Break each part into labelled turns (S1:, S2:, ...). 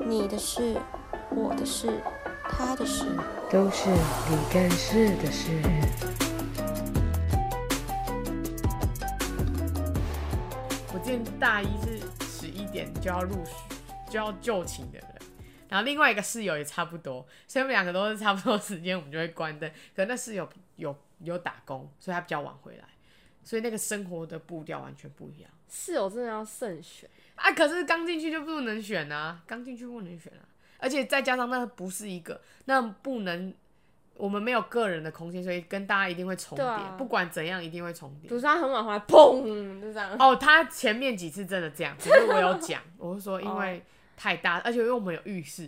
S1: 你的事、我的事、他的事。
S2: 都是你干事的事。
S3: 我之前大一是十一点就要入就要就寝的人，然后另外一个室友也差不多，所以我们两个都是差不多时间，我们就会关灯。可那室友有有打工，所以他比较晚回来，所以那个生活的步调完全不一样
S4: 室友真的要慎选，
S3: 啊。可是刚进去就不能选啊，刚进去不能选啊，而且再加上那不是一个，那不能。我们没有个人的空间，所以跟大家一定会重叠，
S4: 对啊
S3: 不管怎样一定会重叠
S4: 比。如说他很晚回来，砰，就这样。
S3: 哦，他前面几次真的这样，可是我有讲，我是说因为太大，而且因为我们有浴室，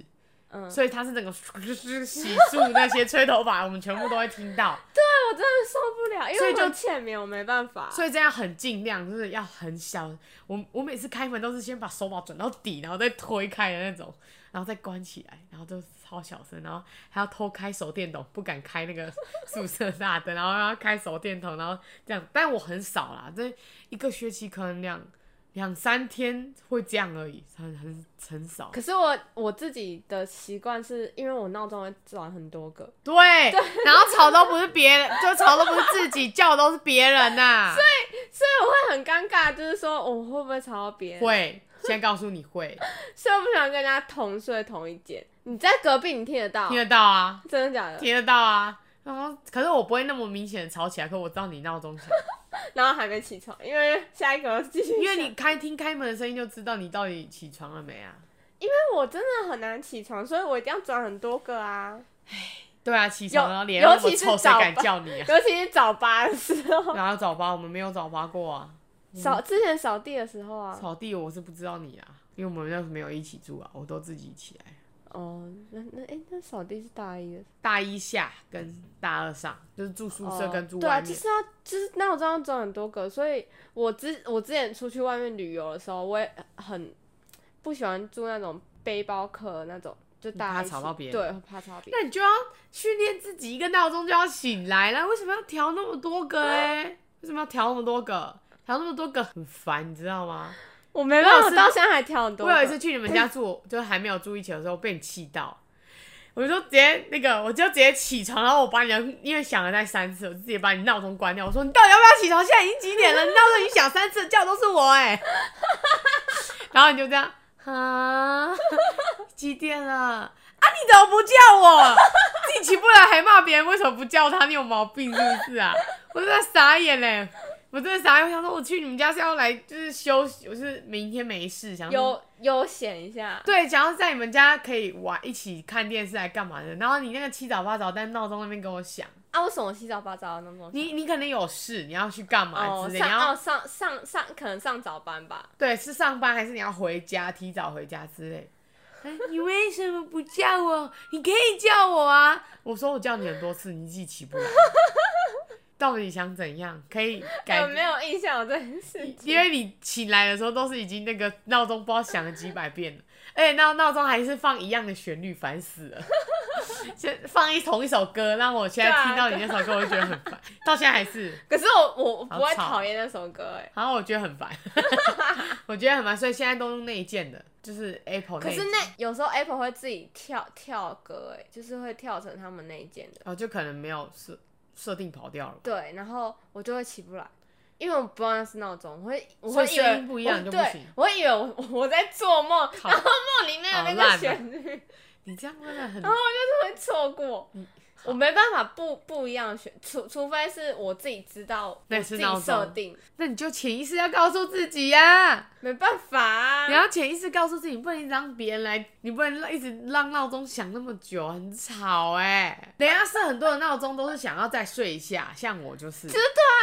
S4: 哦嗯
S3: 所以他是那个 洗漱那些吹头发，我们全部都会听到，
S4: 我真的受不了，因
S3: 所
S4: 为
S3: 以就
S4: 我欠眠，我没办法。
S3: 所以这样很尽量，就是要很小。我我每次开门都是先把手把转到底，然后再推开的那种，然后再关起来，然后就超小声，然后还要偷开手电筒，不敢开那个 宿舍大灯，然后要开手电筒，然后这样。但我很少啦，这一个学期可能两两三天会这样而已，很很很少。
S4: 可是我我自己的习惯是因为我闹钟会转很多个，
S3: 对，然后吵都不是别人，就吵都不是自己，叫都是别人呐、
S4: 所以我会很尴尬，就是说我会不会吵到别人？
S3: 会，先告诉你会，
S4: 所以我不想跟人家同睡同一间。你在隔壁，你听得到
S3: 听？得到啊。
S4: 真的假的？
S3: 听得到啊。然后，可是我不会那么明显的吵起来，可我知道你闹 钟响，
S4: 然后还没起床，因为下一个要继续响。
S3: 因为你开听开门的声音就知道你到底起床了没啊？
S4: 因为我真的很难起床，所以我一定要转很多个啊，
S3: 对啊，起床
S4: 有
S3: 然后脸
S4: 尤
S3: 那么
S4: 其是
S3: 臭，谁
S4: 早
S3: 敢
S4: 八
S3: 叫你啊？
S4: 尤其是早八的时 候，
S3: 然后早八我们没有早八过啊，
S4: 扫之前扫地的时候啊。
S3: 扫地我是不知道你啊，因为我们那时候没有一起住啊，我都自己起来。
S4: 哦，那那哎，那扫地是大一的。
S3: 大一下跟大二上就是住宿舍跟住
S4: 对啊，
S3: 外
S4: 就
S3: 面，
S4: 是要就是闹钟要转很多个，所以我之我之前出去外面旅游的时候，我也很不喜欢住那种背包客那种，就大家
S3: 你怕吵到别人
S4: 对，我怕吵到别人。
S3: 那你就要训练自己一个闹钟就要醒来了，为什么要调那么多个嘞？为什么要调那么多个？调那么多个很烦，你知道吗？
S4: 我没办
S3: 我
S4: 法，
S3: 有一
S4: 我
S3: 次
S4: 到现在还挑很多
S3: 我
S4: 个。
S3: 有一次去你们家住，就还没有住一起的时候，被你气到，我就直接那个，我就直接起床，然后我把你的，因为响了再三次，我就直接把你闹钟关掉。我说你到底要不要起床？现在已经几点了？你闹钟已经响三次，叫的都是我哎、 然后你就这样啊，几点了？啊，你怎么不叫我？自己起不来还骂别人，为什么不叫他？你有毛病是不是啊？我真的傻眼嘞、我真的傻眼，我想说我去你们家是要来就是休息，我是明天没事，想说
S4: 悠悠闲一下，
S3: 对，想要在你们家可以玩，一起看电视来干嘛的？然后你那个七早八早，但闹钟那边跟我响，
S4: 啊，为什么七早八早的那么
S3: 你你可能有事，你要去干嘛
S4: 哦
S3: 之类，你
S4: 上
S3: 要、
S4: 哦上上上可能上早班吧？
S3: 对是上班还是你要回家，提早回家之类。哎 你为什么不叫我？你可以叫我啊！我说我叫你很多次，你自己起不来， 到底想怎样？可以改
S4: 哎我没 有印象有这件事情。
S3: 因为你起来的时候都是已经那个闹钟不知道响了几百遍了，而且闹闹钟还是放一样的旋律，烦死了。 先放一同一首歌，让我现在听到你那首歌，我就觉得很烦，到现在还是，
S4: 可是我我我不
S3: 好
S4: 会
S3: 吵
S4: 讨厌那首歌哎、
S3: 然后我觉得很烦， 我觉得很烦，所以现在都用内建的，就是 Apple
S4: 可
S3: 内建
S4: 是那有时候 Apple 会自己跳跳歌哎、就是会跳成他们那一间的。
S3: 哦就可能没有设设定跑掉了吧，
S4: 对，然后我就会起不来，因为我不知道那是闹钟，我会我
S3: 所以
S4: 会以为
S3: 声音不一样
S4: 我
S3: 就不
S4: 对
S3: 行，
S4: 我会以为我我在做梦，
S3: 好
S4: 然后梦里面有那
S3: 好烂啊
S4: 个旋律，
S3: 你这样真的很
S4: 然后我就是会错过。
S3: 嗯
S4: 我没办法不不一样的选，除除非是我自己知道我
S3: 那
S4: 自
S3: 是
S4: 己
S3: 闹钟
S4: 设定，
S3: 那你就潜意识要告诉自己呀、
S4: 没办法、啊。
S3: 你要潜意识告诉自己，你不能让别人来，你不能一直让闹钟响那么久，很吵哎、等一下是很多的闹钟都是想要再睡一下，像我就是，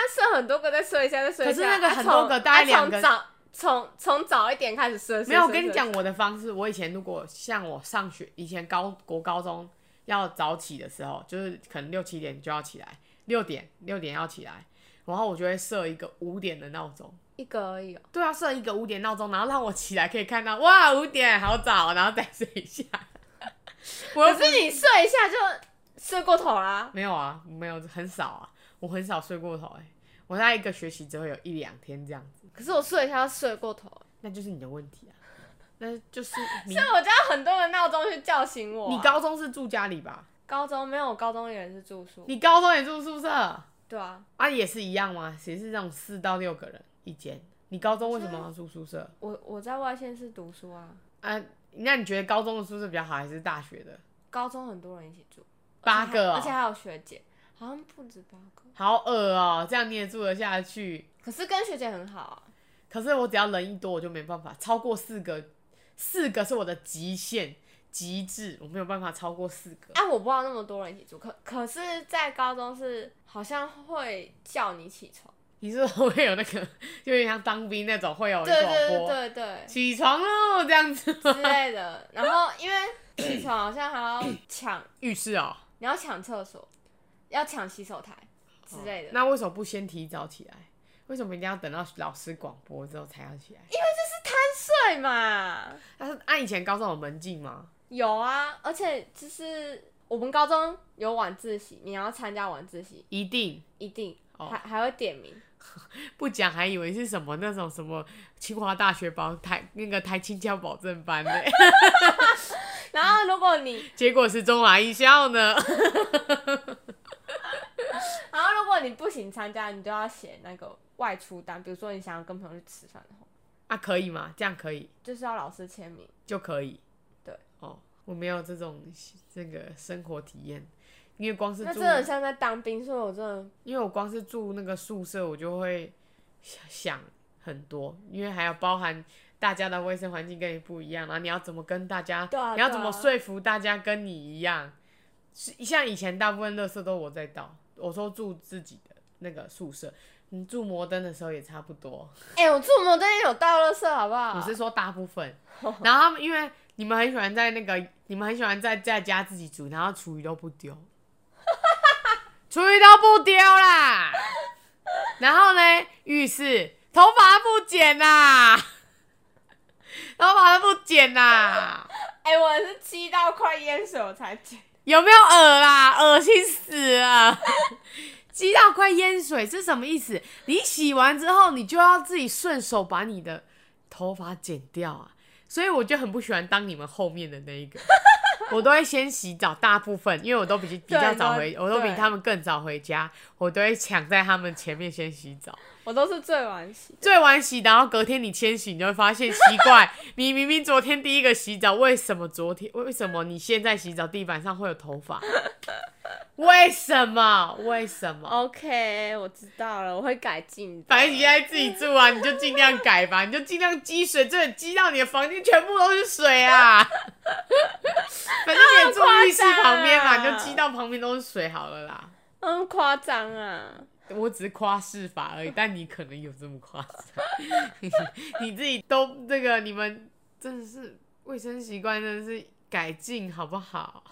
S4: 设很多个，再睡一下，再睡
S3: 可
S4: 一下。
S3: 是那个
S4: 啊
S3: 很多个
S4: 从
S3: 大概
S4: 啊
S3: 两个
S4: 从早从从早一点开始睡。睡
S3: 没有。我
S4: 睡
S3: 跟你
S4: 睡
S3: 讲我的方式，我以前如果像我上学以前高国高中要早起的时候，就是可能六七点就要起来，六点六点要起来，然后我就会设一个五点的闹钟。
S4: 一个而已、哦。
S3: 对啊，设一个五点闹钟，然后让我起来可以看到，哇，五点好早，然后再睡一下。 我
S4: 可
S3: 又不
S4: 是你睡一下就睡过头啦。
S3: 没有啊，没有，很少啊，我很少睡过头哎、我大概一个学期只会有一两天这样子，
S4: 可是我睡一下就睡过头，
S3: 那就是你的问题啊。但是就是 你
S4: 所以我家很多人闹钟去叫醒我啊、
S3: 你高中是住家里吧？
S4: 高中没有，我高中也是住宿。
S3: 你高中也住宿舍啊？
S4: 对啊，
S3: 也是一样吗？也是那种四到六个人一间。你高中为什么要住宿舍？
S4: 我我在外县市读书啊，
S3: 啊，那你觉得高中的宿舍比较好，还是大学的？
S4: 高中很多人一起住，
S3: 八个、
S4: 而且
S3: 哦，
S4: 还有学姐，好像不止八个。
S3: 好恶哦、这样你也住得下去？
S4: 可是跟学姐很好啊，
S3: 可是我只要人一多，我就没办法，超过四个，四个是我的极限极致，我没有办法超过四个。
S4: 啊，我不知道那么多人一起住，可可是，在高中是好像会叫你起床，
S3: 你是不是会有那个， 就有点像当兵那种，会有一
S4: 对
S3: 个广播
S4: 对对对对
S3: 起床喽这样子。
S4: 之类的。然后因为起床好像还要抢，
S3: 浴室哦，
S4: 你要抢厕所，要抢洗手台之类的。
S3: 那为什么不先提早起来？为什么一定要等到老师广播之后才要起来？
S4: 对嘛？
S3: 但是啊按以前高中有门禁吗？
S4: 有啊，而且就是我们高中有晚自习，你要参加晚自习，
S3: 一定
S4: 一定、
S3: 哦
S4: 还还会点名。
S3: 不讲，还以为是什么那种什么清华大学保台那个台青教保证班呢、
S4: 然后如果你，
S3: 结果是中华一校呢。
S4: 然后如果你不行参加，你就要写那个外出单，比如说你想要跟朋友去吃饭的话，
S3: 啊，可以吗？这样可以
S4: 就是要老师签名。
S3: 就可以。
S4: 对，
S3: 哦，我没有这种这个生活体验，因为光是
S4: 那
S3: 住
S4: 真，的像在当兵，所以我真的
S3: 因为我光是住那个宿舍，我就会想想很多，因为还要包含大家的卫生环境跟你不一样，然后你要怎么跟大家，
S4: 对啊
S3: 你要
S4: 对
S3: 怎
S4: 啊
S3: 么说服大家跟你一样。是像以前大部分垃圾都我在倒，我说住自己的那个宿舍，你住摩登的时候也差不多。
S4: 哎、我住摩登也有倒垃圾，好不好？
S3: 我 是说大部分。然后他们因为你们很喜欢在那个，你们很喜欢在在家自己煮，然后厨余都不丢， 厨余都不丢啦。然后呢，浴室头发不剪啦， 头发都不剪啦，
S4: 哎、我是七到快淹水我才剪，
S3: 有没有耳啦？恶心死了！ 积到快淹水是什么意思？你洗完之后，你就要自己顺手把你的头发剪掉啊。所以我就很不喜欢当你们后面的那一个， 我都会先洗澡，大部分因为我都比比较早回，
S4: 对
S3: 我都比
S4: 对
S3: 他们更早回家，我都会抢在他们前面先洗澡。
S4: 我都是最晚洗。
S3: 最晚洗，然后隔天你先洗，你就会发现奇怪，你明明昨天第一个洗澡，为什么昨天为为什么你现在洗澡地板上会有头发？为什么？为什么？
S4: OK，我知道了，我会改进的。
S3: 反正你现在自己住啊，你就尽量改吧，你就尽量积水，真的积到你的房间全部都是水 啊！反正你也住浴室旁边嘛，
S4: 那么夸
S3: 你就
S4: 张啊
S3: 积到旁边都是水好了啦。
S4: 嗯，夸张啊！
S3: 我只是夸饰法而已，但你可能有这么夸张， 你自己都这个，你们真的是卫生习惯真的是改进好不好？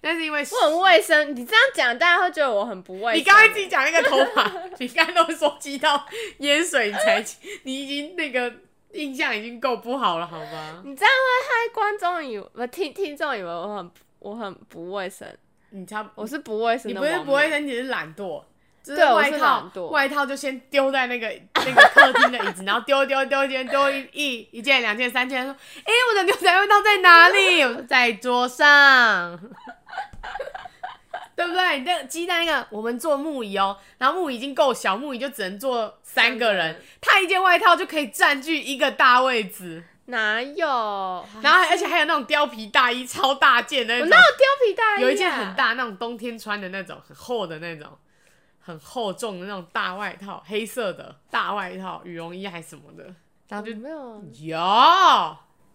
S3: 但是因为
S4: 我很卫生，你这样讲，大家会觉得我很不卫生。欸
S3: 你刚才自己讲那个头发，你刚才都说积到淹水，你才你已经那个印象已经够不好了，好吗？
S4: 你这样会害观众以为不听听众以为我很我很不卫生，
S3: 你差不
S4: 我是不卫生
S3: 你
S4: 的
S3: 不
S4: 王
S3: 是
S4: 美。
S3: 不卫生，你是懒惰。就是
S4: 对我
S3: 外
S4: 是懒
S3: 套，
S4: 惰
S3: 外套就先丢在那个那个客厅的椅子， 然后丢丢丢一件丢一一一件两件三件，说：“哎、我的牛仔外套在哪里？”我说：“在桌上。” 对不对？你那个鸡蛋那个，我们做木椅哦，然后木椅已经够小，木椅就只能坐三个
S4: 三个
S3: 人
S4: 人，
S3: 他一件外套就可以占据一个大位置，
S4: 哪有？
S3: 然后还而且还有那种貂皮大衣超大件的那
S4: 啊我
S3: 种，
S4: 哪有貂皮大衣、啊？
S3: 有一件很，大那种冬天穿的那种很厚的那种，很厚重的那种大外套，黑色的大外套，羽绒衣还什么的，然后就
S4: 没有
S3: 有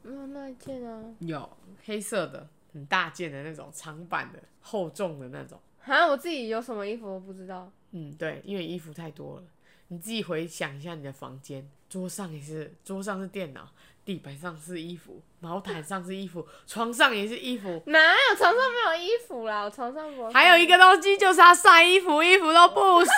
S4: 没有那一件啊。
S3: 有黑色的很大件的那种长版的厚重的那种，
S4: 好像我自己有什么衣服我不知道。
S3: 嗯，对，因为衣服太多了，你自己回想一下你的房间，桌上也是，桌上是电脑，地板上是衣服，毛毯上是衣服，床上也是衣服，
S4: 哪有床上没有衣服啦？我床上不会
S3: 还有一个东西就是要晒衣服，衣服都不收。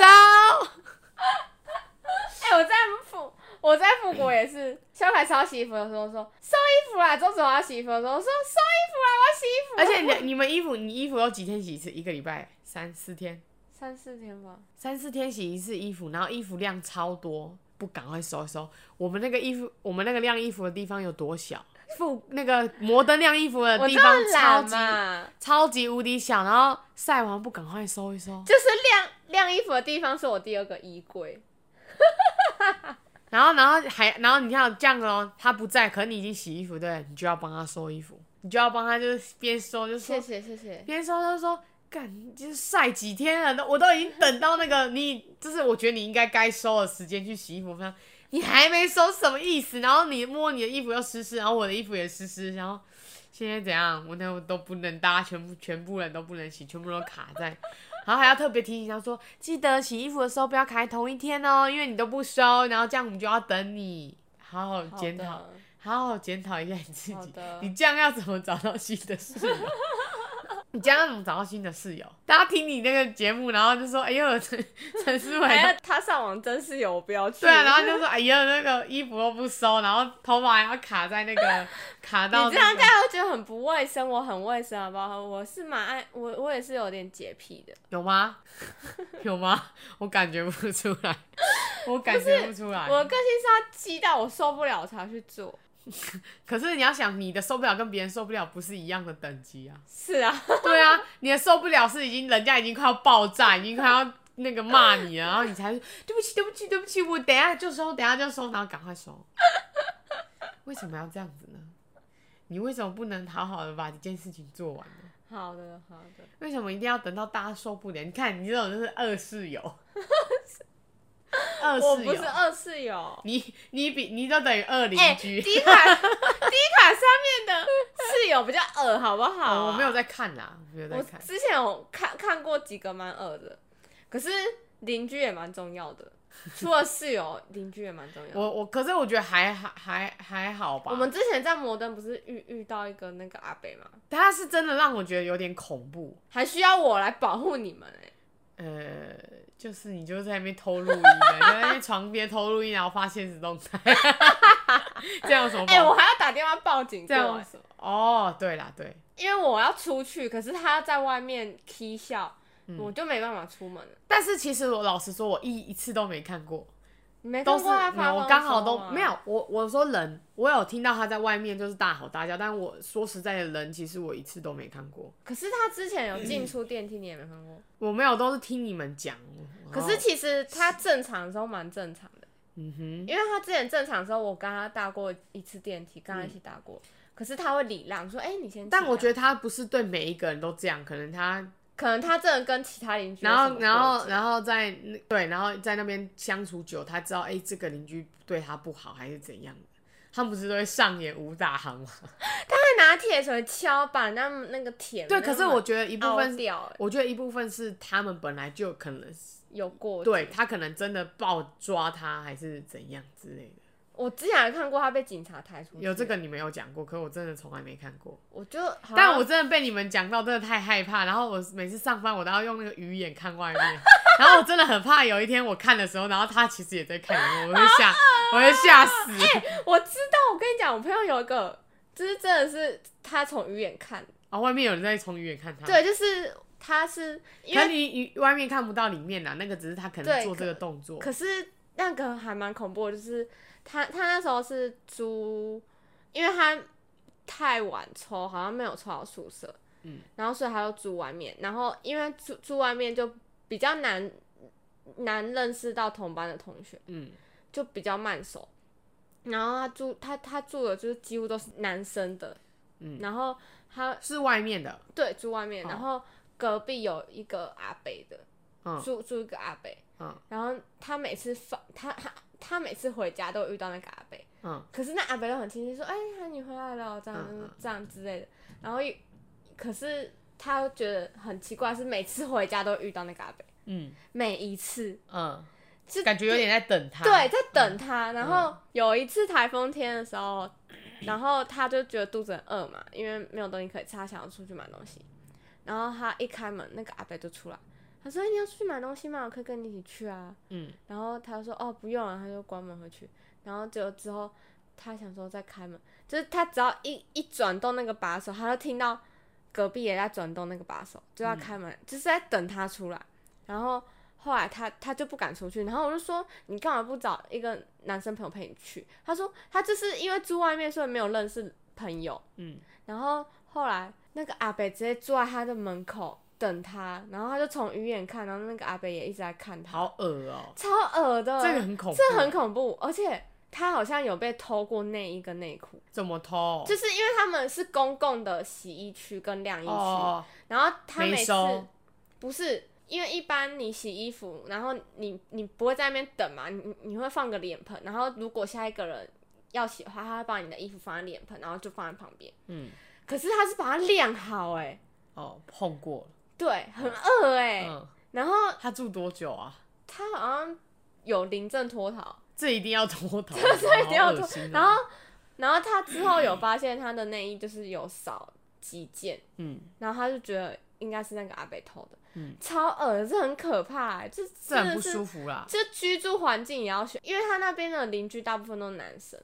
S4: 哎、我在富我在富国也是，小凯超洗衣服的时候说收衣服啦，周总要洗衣服的时候说收衣服啦，我要洗衣服 啦。
S3: 而且你的你们衣服，你衣服有几天洗一次？一个礼拜三四天，
S4: 三四天吧，
S3: 三四天洗一次衣服，然后衣服量超多，不赶快收一收。我们那个衣服，我们那个晾衣服的地方有多小？附那个摩登晾衣服的
S4: 我
S3: 地
S4: 就
S3: 方超
S4: 懒啊
S3: 级
S4: 嘛，
S3: 超级无敌小，然后晒完不赶快收一收，
S4: 就是晾晾衣服的地方是我第二个衣柜，
S3: 然后然后还然后你看这样子哦，他不在，可是你已经洗衣服对不对，你就要帮他收衣服，你就要帮他就是边收就说
S4: 谢谢谢谢。
S3: 边收就说。干，就是晒几天了，都我都已经等到那个 你，就是我觉得你应该该收的时间去洗衣服，他说你还没收，什么意思？然后你摸你的衣服又湿湿，然后我的衣服也湿湿，然后现在怎样？我那我都不能，大家全部全部人都不能洗，全部都卡在，然后还要特别提醒他说，记得洗衣服的时候不要卡在同一天哦，因为你都不收，然后这样我们就要等你，好好
S4: 好
S3: 检讨。
S4: 的
S3: 好好检讨一下你自
S4: 好
S3: 己
S4: 的，
S3: 你这样要怎么找到新的室友？ 你这样要怎么找到新的室友？大家听你那个节目，然后就说：“哎呦，陈陈思伟，
S4: 哎呀，他上网真是有，我不要去。
S3: 啊对啊。”然后就说：“哎呀，那个衣服都不收，然后头发还要卡在那 个卡到、那
S4: 你这样
S3: 个
S4: 大家会觉得很不卫生，我很卫生好不好？我是蛮爱我，我也是有点洁癖的。
S3: 有吗？有吗？我感觉不出来，我感觉不出来。
S4: 我的个性是要激到我受不了才去做。
S3: 可是你要想，你的受不了跟别人受不了不是一样的等级啊。”
S4: 是啊，
S3: 对啊，你的受不了是已经人家已经快要爆炸，已经快要那个骂你了，然后你才 对不起，对不起，对不起，我等一下就收，等一下就收，然后赶快收。为什么要这样子呢？你为什么不能好好的把这件事情做完呢？
S4: 好的好的，
S3: 为什么一定要等到大家受不了？你看你这种就是二室友，二
S4: 我
S3: 室
S4: 不
S3: 友
S4: 是，二室友。
S3: 你你比你就等于二邻
S4: 哎，
S3: 居。
S4: 迪卡 迪卡上面的室友比较恶，好不哎好、
S3: 哦我没有，在看啦，我没有在
S4: 我
S3: 看。
S4: 之前有看看过几个蛮恶的，可是邻居也蛮重 要的，除了室友，邻居也蛮重要的。
S3: 我我可是我觉得还还还还好吧。
S4: 我们之前在摩登不是遇遇到一个那个阿北吗？
S3: 他是真的让我觉得有点恐怖。
S4: 还需要我来保护你们哎、
S3: 呃，就是你就在那边偷录音啊，你就在那边床边偷录音，然后发现实动态， 这样有什么
S4: 哎、
S3: 报？
S4: 我还要打电话报警
S3: 这
S4: 过、
S3: 样有
S4: 欸，
S3: 什么哦，对啦，对，
S4: 因为我要出去，可是他在外面 k 笑，
S3: 嗯
S4: 我就没办法出门了。
S3: 但是其实我老实说，我一一次都没看过，
S4: 你没
S3: 都
S4: 看
S3: 是
S4: 过哎他
S3: 没
S4: 发
S3: 有，
S4: 疯
S3: 我
S4: 的
S3: 刚好都
S4: 时候吗
S3: 没有。我我说人，我有听到他在外面就是大吼大叫，但我说实在的人，其实我一次都没看过，
S4: 可是他之前有进
S3: 嗯
S4: 出电梯，你也没看过。
S3: 我没有，都是听你们讲。
S4: 可
S3: 然后
S4: 是其实他正常的时候蛮正常的，
S3: 嗯哼，
S4: 因为他之前正常的时候，我跟他搭过一次电梯，跟他一起搭过。可是他会礼让，说：“哎、你先。”
S3: 嗯但我觉
S4: 得
S3: 得他不是对每一个人都这样，可能他
S4: 可能他真的跟其他邻居有
S3: 然后，
S4: 什么过节，
S3: 然后，然后在那对，然后在那边相处久，他知道哎、诶这个邻居对他不好还是怎样的。他们不是都会上演武打行吗？
S4: 他拿铁锤敲板，那那个铁
S3: 对，可是我觉得一
S4: 一
S3: 部分，
S4: 掉欸
S3: 我觉得一部分是他们本来就可能是，
S4: 有过节
S3: 对，他可能真的暴抓他还是怎样之类的。
S4: 我之前还看过他被警察抬出去，
S3: 有这，个你没有讲过，可我真的从来没看过。
S4: 我就好啊像
S3: 但我真的被你们讲到，真的太害怕。然后我每次上班，我都要用那个鱼眼看外面。 然后我真的很怕有一天我看的时候，然后他其实也在看我，我会
S4: 啊
S3: 吓，我会吓死。
S4: 我知道，我跟你讲，我朋友有一个，就是真的是他从鱼眼看，
S3: 啊、外面有人在从鱼眼看他。，
S4: 对，就是他是因
S3: 可
S4: 为
S3: 你鱼外面看不到里面啊啦，那个只是他可能
S4: 对
S3: 做这个
S4: 可
S3: 动作。
S4: 可是那个还蛮恐怖的，就是他他那时候是租，因为他太晚抽，好像没有抽到宿舍，
S3: 嗯，
S4: 然后所以他就住外面，然后因为住住外面就比较难难认识到同班的同学，
S3: 嗯，
S4: 就比较慢熟。然后他住他他住的就是几乎都是男生的，
S3: 嗯
S4: 然后他
S3: 是外面的。
S4: 对住外面，
S3: 哦
S4: 然后隔壁有一个阿北的，
S3: 嗯
S4: 住住一个阿北，
S3: 嗯
S4: 然后他每次放他他他每次回家都有遇到那个阿北，
S3: 嗯
S4: 可是那阿北都很亲切说，哎、你回来了，这样、
S3: 嗯嗯
S4: 这样之类的，然后一可是他觉得很奇怪，是每次回家都遇到那个阿北，
S3: 嗯
S4: 每一次
S3: 嗯，
S4: 是
S3: 感觉有点在等他。嗯
S4: 对，，在等他。然后有一次台风天的时候，然后他就觉得肚子很饿嘛，因为没有东西可以吃，他想要出去买东西。然后他一开门，那个阿伯就出来，他说：“哎你要出去买东西吗？我可以跟你一起去啊。
S3: 嗯，”
S4: 然后他就说：“哦，不用了。”他就关门回去。然后就之后，他想说再开门，就是他只要一一转动那个把手，他就听到隔壁也在转动那个把手，
S3: 嗯
S4: 就要开门，就是在等他出来。然后后来他他就不敢出去，然后我就说你干嘛不找一个男生朋友陪你去？他说他就是因为住外面，所以没有认识朋友，
S3: 嗯，
S4: 然后后来那个阿北直接坐在他的门口等他，然后他就从鱼眼看，然后那个阿北也一直在看他，
S3: 好恶哦、
S4: 超恶的，
S3: 这个很恐怖，
S4: 呃这很恐怖，而且他好像有被偷过内衣跟内裤，
S3: 怎么偷？
S4: 就是因为他们是公共的洗衣区跟晾衣区，
S3: 哦，
S4: 然后他
S3: 没
S4: 每次
S3: 收
S4: 不是因为一般你洗衣服，然后你你不会在那边等嘛，你你会放个脸盆，然后如果下一个人要洗的话，他会把你的衣服放在脸盆，然后就放在旁边。
S3: 嗯，
S4: 可是他是把它晾好、欸，哎，
S3: 哦，碰过了，
S4: 对，很恶哎、
S3: 嗯，
S4: 然后
S3: 他住多久啊？
S4: 他好像有临阵脱逃，
S3: 这一定要脱逃，
S4: 这一定要
S3: 好
S4: 脱
S3: 恶心哦
S4: 然后然后他之后有发现他的内衣就是有少几件，
S3: 嗯，
S4: 然后他就觉得应该是那个阿北偷的，
S3: 嗯
S4: 超恶的，这很可怕、欸，这
S3: 这很不
S4: 真的是
S3: 舒服啦。
S4: 就居住环境也要选，因为他那边的邻居大部分都是男生，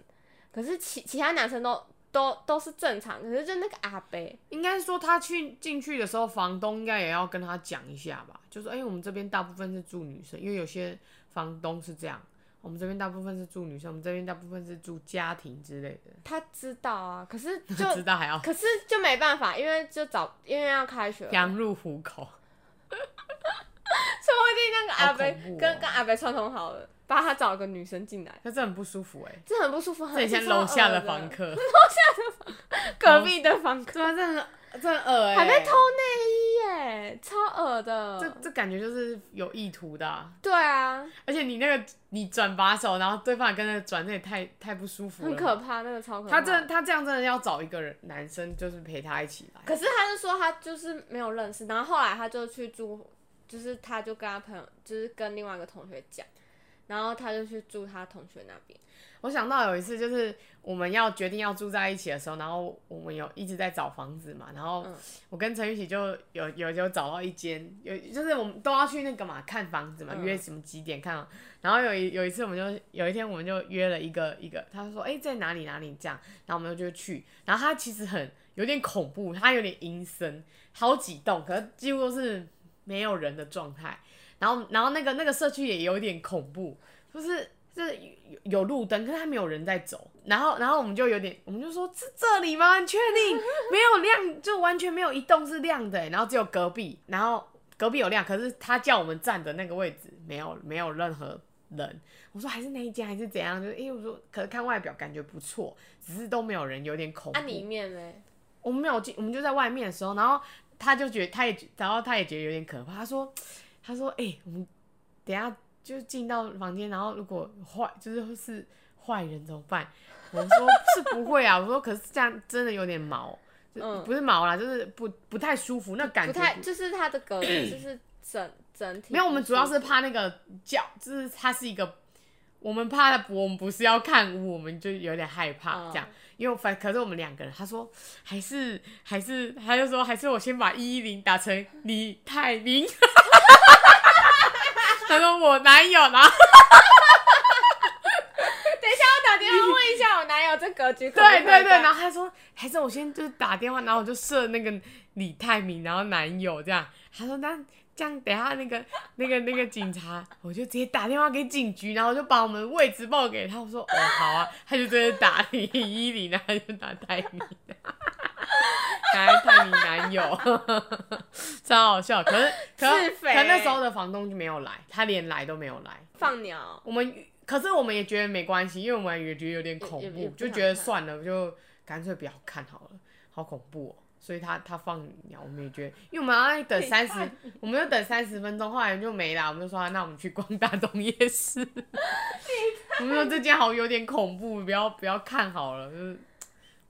S4: 可是其其他男生都都都是正常，可是就那个阿伯，
S3: 应该说他去进去的时候，房东应该也要跟他讲一下吧，就说：“哎、我们这边大部分是住女生，因为有些房东是这样，我们这边大部分是住女生，我们这边大部分是住家庭之类的。
S4: 他知道啊，可是就”
S3: 知道还要
S4: 可是就没办法，因为就早因为要开学了，
S3: 羊入虎口，
S4: 说不定那个阿伯
S3: 好恐怖哦
S4: 跟、跟阿伯串通好了，把他找个女生进来，
S3: 那这很不舒服 哎、
S4: 这很不舒服，
S3: 这很
S4: 很
S3: 像
S4: 这超
S3: 楼下的
S4: 恶
S3: 房 客，
S4: 隔壁的房客
S3: 对啊，这很这很恶哎、
S4: 还被偷内衣耶，超恶的，
S3: 这这感觉就是有意图的啊、
S4: 对啊，
S3: 而且你那个你转把手，然后对方也跟着转，那也太太不舒服了。
S4: 很可怕，那个超可
S3: 他
S4: 怕。
S3: 这他这样真的要找一个人男生，就是陪他一起来。
S4: 可是他就说他就是没有认识，然后后来他就去住，就是他就跟他朋友，就是跟另外一个同学讲，然后他就去住他同学那边。
S3: 我想到有一次，就是我们要决定要住在一起的时候，然后我们有一直在找房子嘛，然后
S4: 嗯
S3: 我跟陈玉喜就有有有找到一间，有就是我们都要去那个嘛看房子嘛，
S4: 嗯
S3: 约什么几点看啊，然后有一有一次我们就有一天我们就约了一个一个，他就说哎、在哪里哪里这样，然后我们就去，然后他其实很有点恐怖，他有点阴森，好几栋，可是几乎都是没有人的状态，然后然后那个那个社区也有点恐怖，就是这有有路灯，可是它没有人在走。然后，然后我们就有点，我们就说是这里吗？你确定没有亮，就完全没有一栋是亮的欸、然后只有隔壁，然后隔壁有亮，可是他叫我们站的那个位置没有没有任何人。我说还是那一间还是怎样？就是因为我说，可是看外表感觉不错，只是都没有人，有点恐怖。
S4: 那、啊里面嘞，
S3: 我们没有进，我们就在外面的时候，然后他就觉得，他也觉，然后他也觉得有点可怕。他说，他说，哎、我们等一下就进到房间，然后如果坏就是是坏人怎么办？我说是不会啊，我说可是这样真的有点毛，就
S4: 嗯
S3: 不是毛啦，就是不不太舒服，那感
S4: 不
S3: 觉
S4: 太就是他的隔就是整整体
S3: 没有，我们主要是怕那个叫，就是它是一个，我们怕它不，我们不是要看屋，我们就有点害怕
S4: 嗯
S3: 这样。因为反可是我们两个人，他说还是还是，他就说还是我先把一一零打成李泰林， 他说我男友，然后
S4: 等一下我啊打电话问一下我男友这格局可不可
S3: 对
S4: 以
S3: 对对，
S4: 改
S3: 然后他说还是我先就是打电话，然后我就设那个李泰明，然后男友这样。他说那这样等一下那个那个那个警察，我就直接打电话给警局，然后就把我们位置报给他。我说哦好啊，他就真的打零一零，然后他就打泰明， 打泰明男友， 超好笑。可是可
S4: 是
S3: 是
S4: 非
S3: 可那时候的房东就没有来，他连来都没有来。
S4: 放鸟，
S3: 我们可是我们也觉得没关系，因为我们也觉得有点恐
S4: 也也也
S3: 怖，
S4: 不
S3: 就
S4: 想
S3: 觉得
S4: 看
S3: 算了，就干脆不要看好了，好恐怖哦。所以他他放鸟，我们也觉得，因为我们要等三十，我们就等三十分钟，后来就没啦。我们就说、啊那我们去逛大东夜 市。我们说这间好有点恐怖，不要不要看好了，就是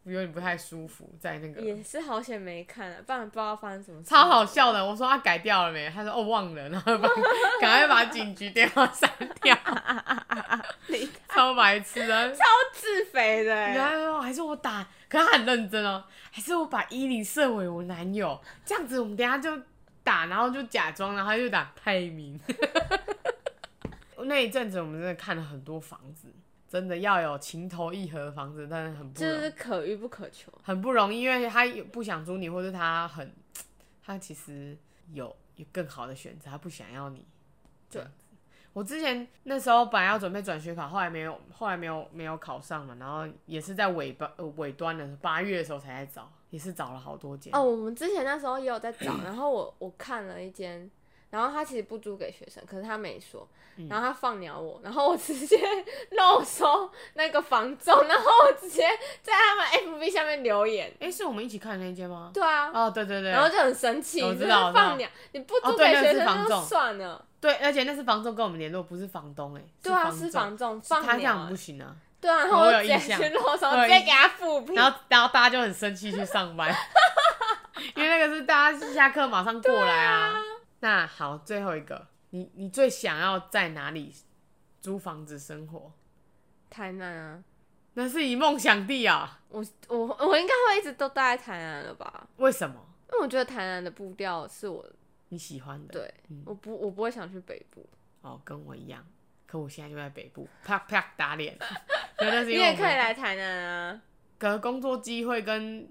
S3: 有点不太舒服，在那个
S4: 也是好险没看、啊，不然不知道发生什么事。
S3: 超好笑的。我说他改掉了没？他说哦忘了，然后把赶快把警局电话删 掉，
S4: 你
S3: 超白痴啊！
S4: 超 自肥的、
S3: 然后
S4: 欸，
S3: 他说还是我打，可是他很认真哦，还是我把一零设为我男友，这样子我们等一下就打，然后就假装，然后他就打泰明。 那一阵子我们真的看了很多房子，真的要有情投意合的房子，但是很不
S4: 就
S3: 容易，
S4: 是可遇不可求。
S3: 很不容易，因为他也不想租你，或者他很，他其实有有更好的选择，他不想要你。
S4: 对
S3: 这样子，我之前那时候本来要准备转学考，后来没有，后来没有没有考上嘛，然后也是在尾巴、呃、尾端的八月的时候才在找，也是找了好多间。
S4: 哦，，我们之前那时候也有在找，然后我我看了一间，然后他其实不租给学生，可是他没说，
S3: 嗯
S4: 然后他放鸟我，然后我直接 漏收那个房仲，然后我直接在他们 FB 下面留言，
S3: 哎、是我们一起看的那间吗？
S4: 对啊，
S3: 哦，对对对，
S4: 然后就很生气，
S3: 我
S4: 你
S3: 知
S4: 真
S3: 道
S4: 的
S3: 我知道
S4: 放鸟，你不
S3: 哦
S4: 租
S3: 对
S4: 给
S3: 那个
S4: 学
S3: 是
S4: 生
S3: 房
S4: 就
S3: 仲
S4: 算了，
S3: 对，而且那是房东跟我们联络，不是房东哎、
S4: 对啊，
S3: 是
S4: 是房仲放
S3: 他这
S4: 鸟
S3: 样
S4: 啊
S3: 不，行啊。
S4: 对啊，然后
S3: 我有
S4: 直接
S3: 印象
S4: 去漏收，
S3: 我有
S4: 直接
S3: 印
S4: 给他复评，
S3: 然后然后大家就很生气去上班， 因为那个是大家下课马上过来啊。那好，最后一个，你你最想要在哪里租房子生活？
S4: 台南啊，
S3: 那是你梦想地啊？
S4: 我我我应该会一直都待在台南了吧，
S3: 为什么？
S4: 因为我觉得台南的步调是我
S3: 你喜欢的？，
S4: 对，
S3: 嗯
S4: 我不我不会想去北部。
S3: 哦，跟我一样。可我现在就在北部，啪啪打脸。 对，但是
S4: 你
S3: 因为
S4: 也
S3: 我
S4: 可以
S3: 们
S4: 来台南啊，
S3: 可能工作机会跟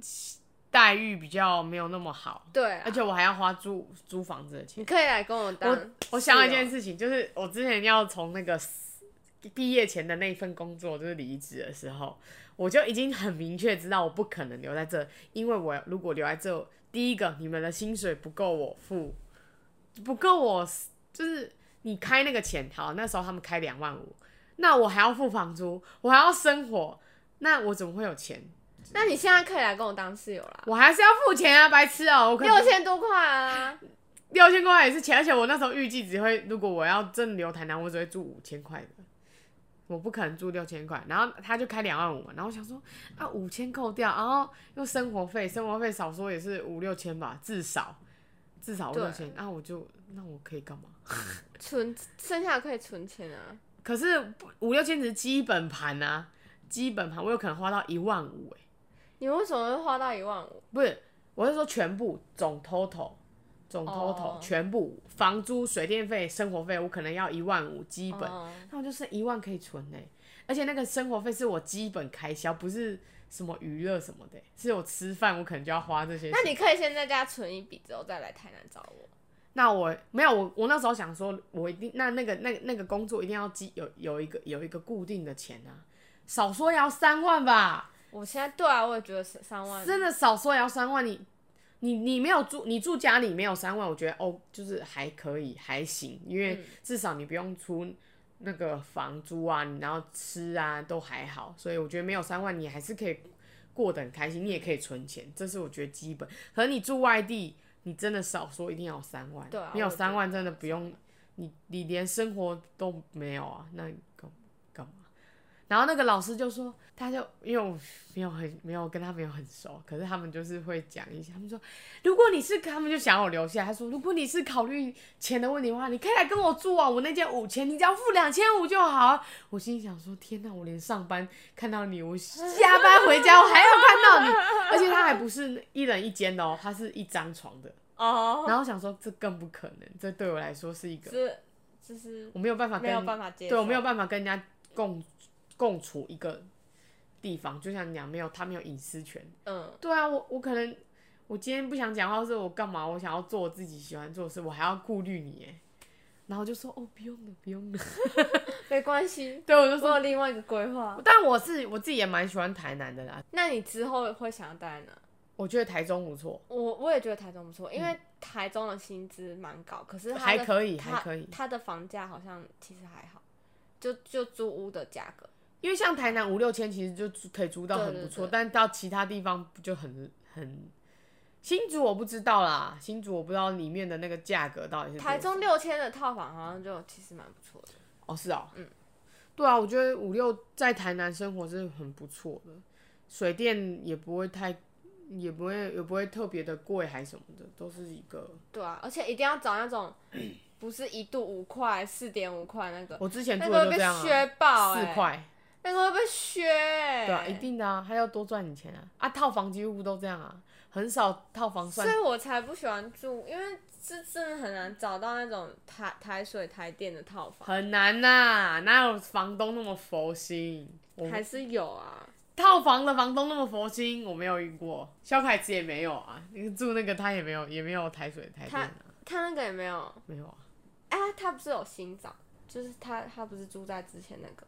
S3: 待遇比较没有那么好，
S4: 对啊
S3: 而且我还要花租租房子的钱
S4: 你。可以来跟我当
S3: 我我想到一件
S4: 事，
S3: 事情，就是我之前要从那个 s- 毕业前的那一份工作就是离职的时候，我就已经很明确知道我不可能留在这，因为我如果留在这，第一个你们的薪水不够我付，不够我 s- 就是你开那个钱，好，那时候他们开两万五，那我还要付房租，我还要生活，那我怎么会有钱？
S4: 那你现在可以来跟我当室友啦，
S3: 我还是要付钱啊，白痴哦、我可能
S4: 六千多块啊，
S3: 六千块也是钱，而且啊我那时候预计只会，如果我要真留台南，我只会住五千块的，我不可能住六千块。然后他就开两万五嘛，然后我想说啊，五千扣掉，然后又生活费，生活费少说也是五六千吧，至少至少五
S4: 对
S3: 六千。那、我就那我可以干嘛？
S4: 存剩下的可以存钱啊，
S3: 可是不五六千只是基本盘啊，基本盘我有可能花到一万五哎、
S4: 你为什么会花到一万五？
S3: 不是，我是说全部总 total，总 total、
S4: 哦
S3: 全部房租、水电费、生活费，我可能要一万五基本。
S4: 哦
S3: 那我就剩一万可以存嘞、而且那个生活费是我基本开销，不是什么娱乐什么的欸、是我吃饭我可能就要花这些钱。
S4: 那你可以先在家存一笔，之后再来台南找我。
S3: 那我没有我我那时候想说，我一定那那个那个那个工作一定要基有有一个有一个固定的钱啊，少说也要三万吧，
S4: 我现在对啊，我也觉得是三万，
S3: 真的少说也要三万你。你你没有住，你住家里没有三万，我觉得哦，就是还可以，还行，因为
S4: 嗯
S3: 至少你不用出那个房租啊，你然后吃啊都还好，所以我觉得没有三万你还是可以过得很开心，你也可以存钱，这是我觉得基本。可是你住外地，你真的少说一定要有三万，
S4: 对啊
S3: 你有
S4: 我觉得
S3: 三万真的不用，你你连生活都没有啊，那你干干嘛？然后那个老师就说，他就因为我没有很没有跟他没有很熟，可是他们就是会讲一下，他们说如果你是他们就想要我留下，他说如果你是考虑钱的问题的话，你可以来跟我住啊，我那间五千，你只要付两千五就好。啊我心里想说，天哪，我连上班看到你，我下班回家我还要看 到你，而且他还不是一人一间的哦，他是一张床的。
S4: 哦，
S3: 然后我想说这更不可能，这对我来说是一个
S4: 这就是
S3: 我没有办法跟
S4: 没有办法接受，
S3: 对我没有办法跟人家共共处一个地方，就像你讲，没有他没有隐私权。
S4: 嗯，
S3: 对啊，我我可能我今天不想讲话，或是我干嘛，我想要做我自己喜欢做的事，我还要顾虑你哎。然后就说哦，不用了，不用了。
S4: 没关系，
S3: 对，我就
S4: 我
S3: 说，
S4: 有另外一个规划。
S3: 但我是我自己也蛮喜欢台南的啦，
S4: 那你之后会想要待在哪？
S3: 我觉得台中不错，
S4: 我我也觉得台中不错，因为台中的薪资蛮高，可是它的
S3: 嗯还可以，
S4: 它
S3: 还可以。
S4: 它的房价好像其实还好，就就租屋的价格。
S3: 因为像台南五六千其实就租可以租到
S4: 对
S3: 很
S4: 对
S3: 不错，
S4: 对
S3: 但到其他地方就很很。新竹我不知道啦，新竹我不知道里面的那个价格到底是多少
S4: 台中六千的套房好像就其实蛮不错的。
S3: 哦，是哦，
S4: 嗯，
S3: 对啊，我觉得五六在台南生活是很不错的，水电也不会太，也不会也不会特别的贵还什么的，都是一个。
S4: 对啊，而且一定要找那 种不是一度五块、四点五块那个，
S3: 我之前
S4: 那
S3: 住
S4: 个
S3: 的
S4: 会
S3: 就
S4: 被
S3: 这样
S4: 削
S3: 啊，
S4: 爆、欸，
S3: 四，块，
S4: 那个会被削、欸，
S3: 对啊，一。定的啊，还要多赚你钱啊，啊，套房几乎都这样啊，很少套房
S4: 所
S3: 算
S4: 以我才不喜欢住，因为这真的很难找到那种台台水台电的套房，
S3: 很难呐、哪有房东那么佛心？我
S4: 还是有啊。
S3: 套房的房东那么佛心，我没有遇过，肖凯子也没有啊，住那个他也没有，也没有台水台电
S4: 他
S3: 啊，
S4: 他那个也没有，
S3: 没有啊。
S4: 哎、他不是有新找，就是他他不是住在之前那个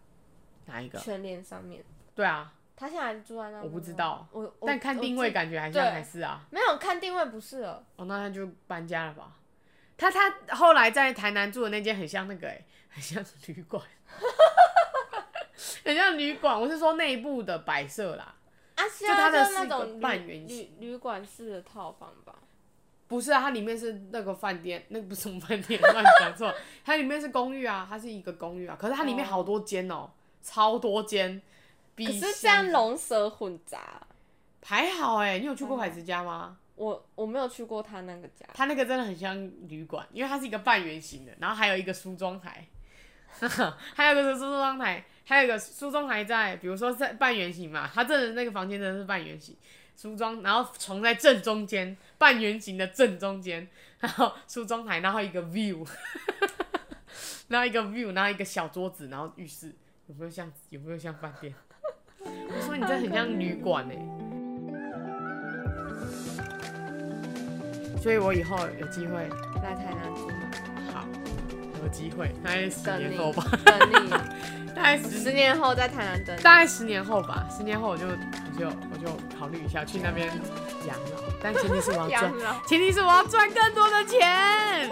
S3: 哪一个？
S4: 全联上面，
S3: 对啊，
S4: 他现在还住在那边吗？
S3: 我不知道
S4: 我我
S3: 但看定位
S4: 我记
S3: 感觉还像
S4: 对
S3: 还是啊。
S4: 没有看定位不是了，
S3: 哦，那他就搬家了吧？他他后来在台南住的那间很像那个哎、 很像旅馆， 很像旅馆。我是说内部的摆设啦，
S4: 啊，现在
S3: 它的
S4: 就是那
S3: 是一个
S4: 种旅
S3: 半圆形
S4: 旅旅馆式的套房吧？
S3: 不是啊，它里面是那个饭店，那不是什么饭店，乱讲错。 它里面是公寓啊，它是一个公寓啊，可是它里面
S4: 哦
S3: 好多间哦、超多间。比
S4: 可是这
S3: 想
S4: 样龙蛇混杂，
S3: 还好哎、你有去过
S4: 嗯
S3: 海之家吗？
S4: 我我没有去过他那个家，
S3: 它那个真的很像旅馆，因为它是一个半圆形的，然后还有一个梳妆台， 还有一个是梳妆台，还有一个梳妆台在，比如说在半圆形嘛，它真的那个房间真的是半圆形，梳妆，然后床在正中间，半圆形的正中间，然后梳妆台，然后一个 view，然后一个 view，然后一个小桌子，然后浴室，有没有像有没有像饭店？ 我说你这很像旅馆哎、所以我以后有机会。
S4: 来台南住吗？
S3: 好，有机会，大概十
S4: 等
S3: 年
S4: 你
S3: 后吧，
S4: 等
S3: 大概
S4: 你
S3: 十
S4: 十年后在台南等你。
S3: 大概 十年后吧，十年后我就我就我就考虑一下去那边啊养老，但前提是我要赚
S4: 养，老
S3: 前提是我要赚更多的钱。